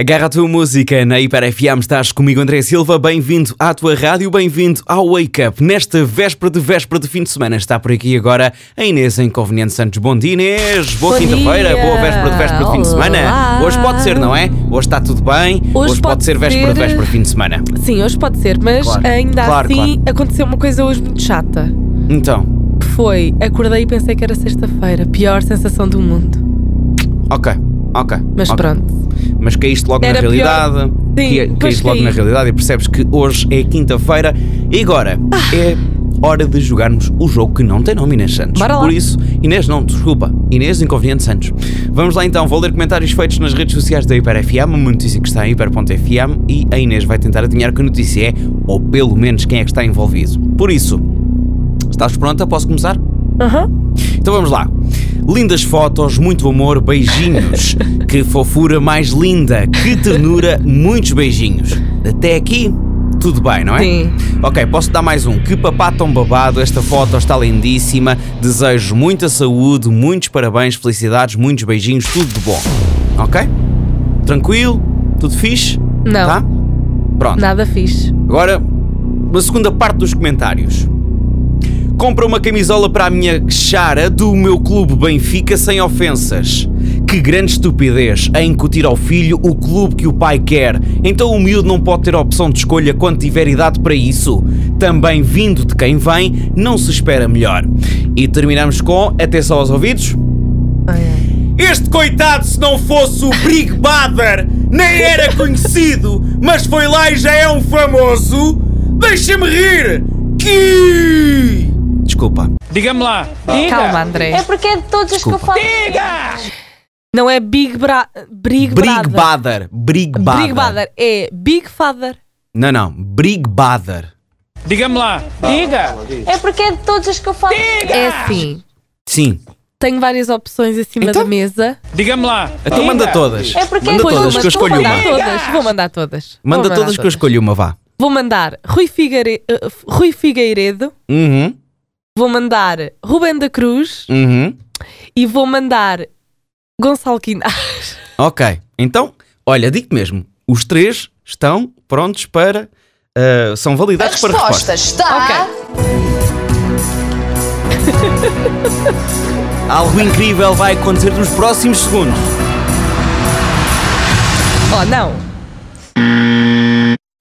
Agarra a tua música na Hiper FM, estás comigo André Silva, bem-vindo à tua rádio, bem-vindo ao Wake Up. Nesta véspera de véspera de fim de semana está por aqui agora a Inês em Conveniente Santos. Bom dia Inês, boa Bom quinta-feira, dia. boa véspera de véspera de fim de semana. Olá. Hoje pode ser, não é? Hoje está tudo bem, Hoje pode pode ser véspera de ser. véspera de fim de semana. Sim, hoje pode ser, mas Claro. ainda Claro, assim aconteceu uma coisa hoje muito chata. Então, Que foi, acordei e pensei que era sexta-feira. Pior sensação do mundo. ok, ok. Mas ok. pronto. Mas caíste logo na Era pior. realidade. Sim, Ca- pois caíste logo caí. na realidade e percebes que hoje é quinta-feira e agora Ah. é hora de jogarmos o jogo que não tem nome, Inês Santos. Bora lá. Por isso, Inês, não, desculpa, Inês Inconveniente Santos. Vamos lá então, vou ler comentários feitos nas redes sociais da Hiper FM, uma notícia que está em hiper.fm e a Inês vai tentar adivinhar que notícia é, ou pelo menos quem é que está envolvido. Por isso, estás pronta? Posso começar? Aham. Então vamos lá. Lindas fotos, muito amor, beijinhos. que fofura mais linda, que ternura, muitos beijinhos. Até aqui, tudo bem, não é? Sim. Ok, posso dar mais um. Que papá tão babado, esta foto está lindíssima. Desejo muita saúde, muitos parabéns, felicidades, muitos beijinhos, tudo de bom. Ok? Tranquilo? Tudo fixe? Não. Tá? Pronto. Nada fixe. Agora, uma segunda parte dos comentários. Compra uma camisola para a minha Chara do meu clube Benfica sem ofensas. Que grande estupidez a incutir ao filho o clube que o pai quer. Então o miúdo não pode ter opção de escolha quando tiver idade para isso. Também vindo de quem vem, não se espera melhor. E terminamos com atenção aos ouvidos. Ai, ai. Este coitado, se não fosse o Big Brother, nem era conhecido, mas foi lá e já é um famoso. Deixa-me rir! Que. Desculpa. Diga-me lá. Calma, André. É porque é de todos os que eu Desculpa. falo. Não é Big Bra... Big Big Brother. Brother. Big Big Brother. Brother. É Big Father. Não, não. Big Brother. Diga-me lá. Diga. É porque é de todos os que eu falo. É assim. Sim. Tenho várias opções acima Então? da mesa. Diga-me lá. Então manda todas. É porque é Manda de todas todos, que eu mas escolho vou Vou uma. mandar todas. Vou mandar todas. Vou Manda mandar todas que eu escolho uma, vá. Vou mandar Rui, Figueire- eh, Rui Figueiredo. Uhum. Vou mandar Rubén da Cruz. Uhum. E vou mandar Gonçalo Quinás. Ok. Então, olha, digo mesmo. Os três estão prontos para. ah, são validados para resposta. está. Algo incrível vai acontecer nos próximos segundos. Oh, não.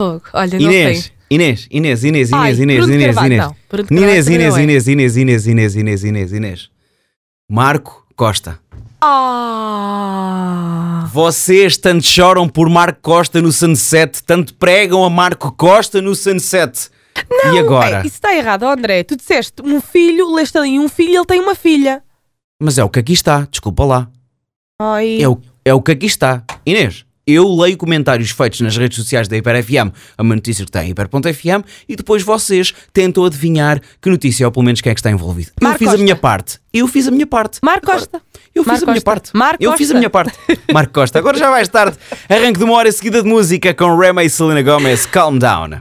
Fogo. Olha, não Inês, sei. Inês, Inês, Inês, Inês, Ai, Inês, Bruno Inês, Carvalho, Inês. não. Bruno Inês, Carvalho também Inês, não é. Inês, Inês, Inês, Inês, Inês, Inês, Inês. Marco Costa. Ah. Vocês tanto choram por Marco Costa no Sunset, tanto pregam a Marco Costa no Sunset. e agora? Ei, isso está errado, oh, André. Tu disseste um filho, leste ali um filho, ele tem uma filha. Mas é o que aqui está, desculpa lá. Ai. É o, é o que aqui está. Inês, eu leio comentários feitos nas redes sociais da HiperFM, a uma notícia que tem em hiper.fm, e depois vocês tentam adivinhar que notícia ou pelo menos quem é que está envolvido. eu Marco fiz a Costa. minha parte. Eu fiz a minha parte. Marco Agora- Costa. Eu fiz Marco a minha Costa. parte. Marco eu Costa. fiz a minha parte. Marco Costa. Agora já vais tarde. Arranque de uma hora seguida de música com Rema e Selena Gomez. Calm down.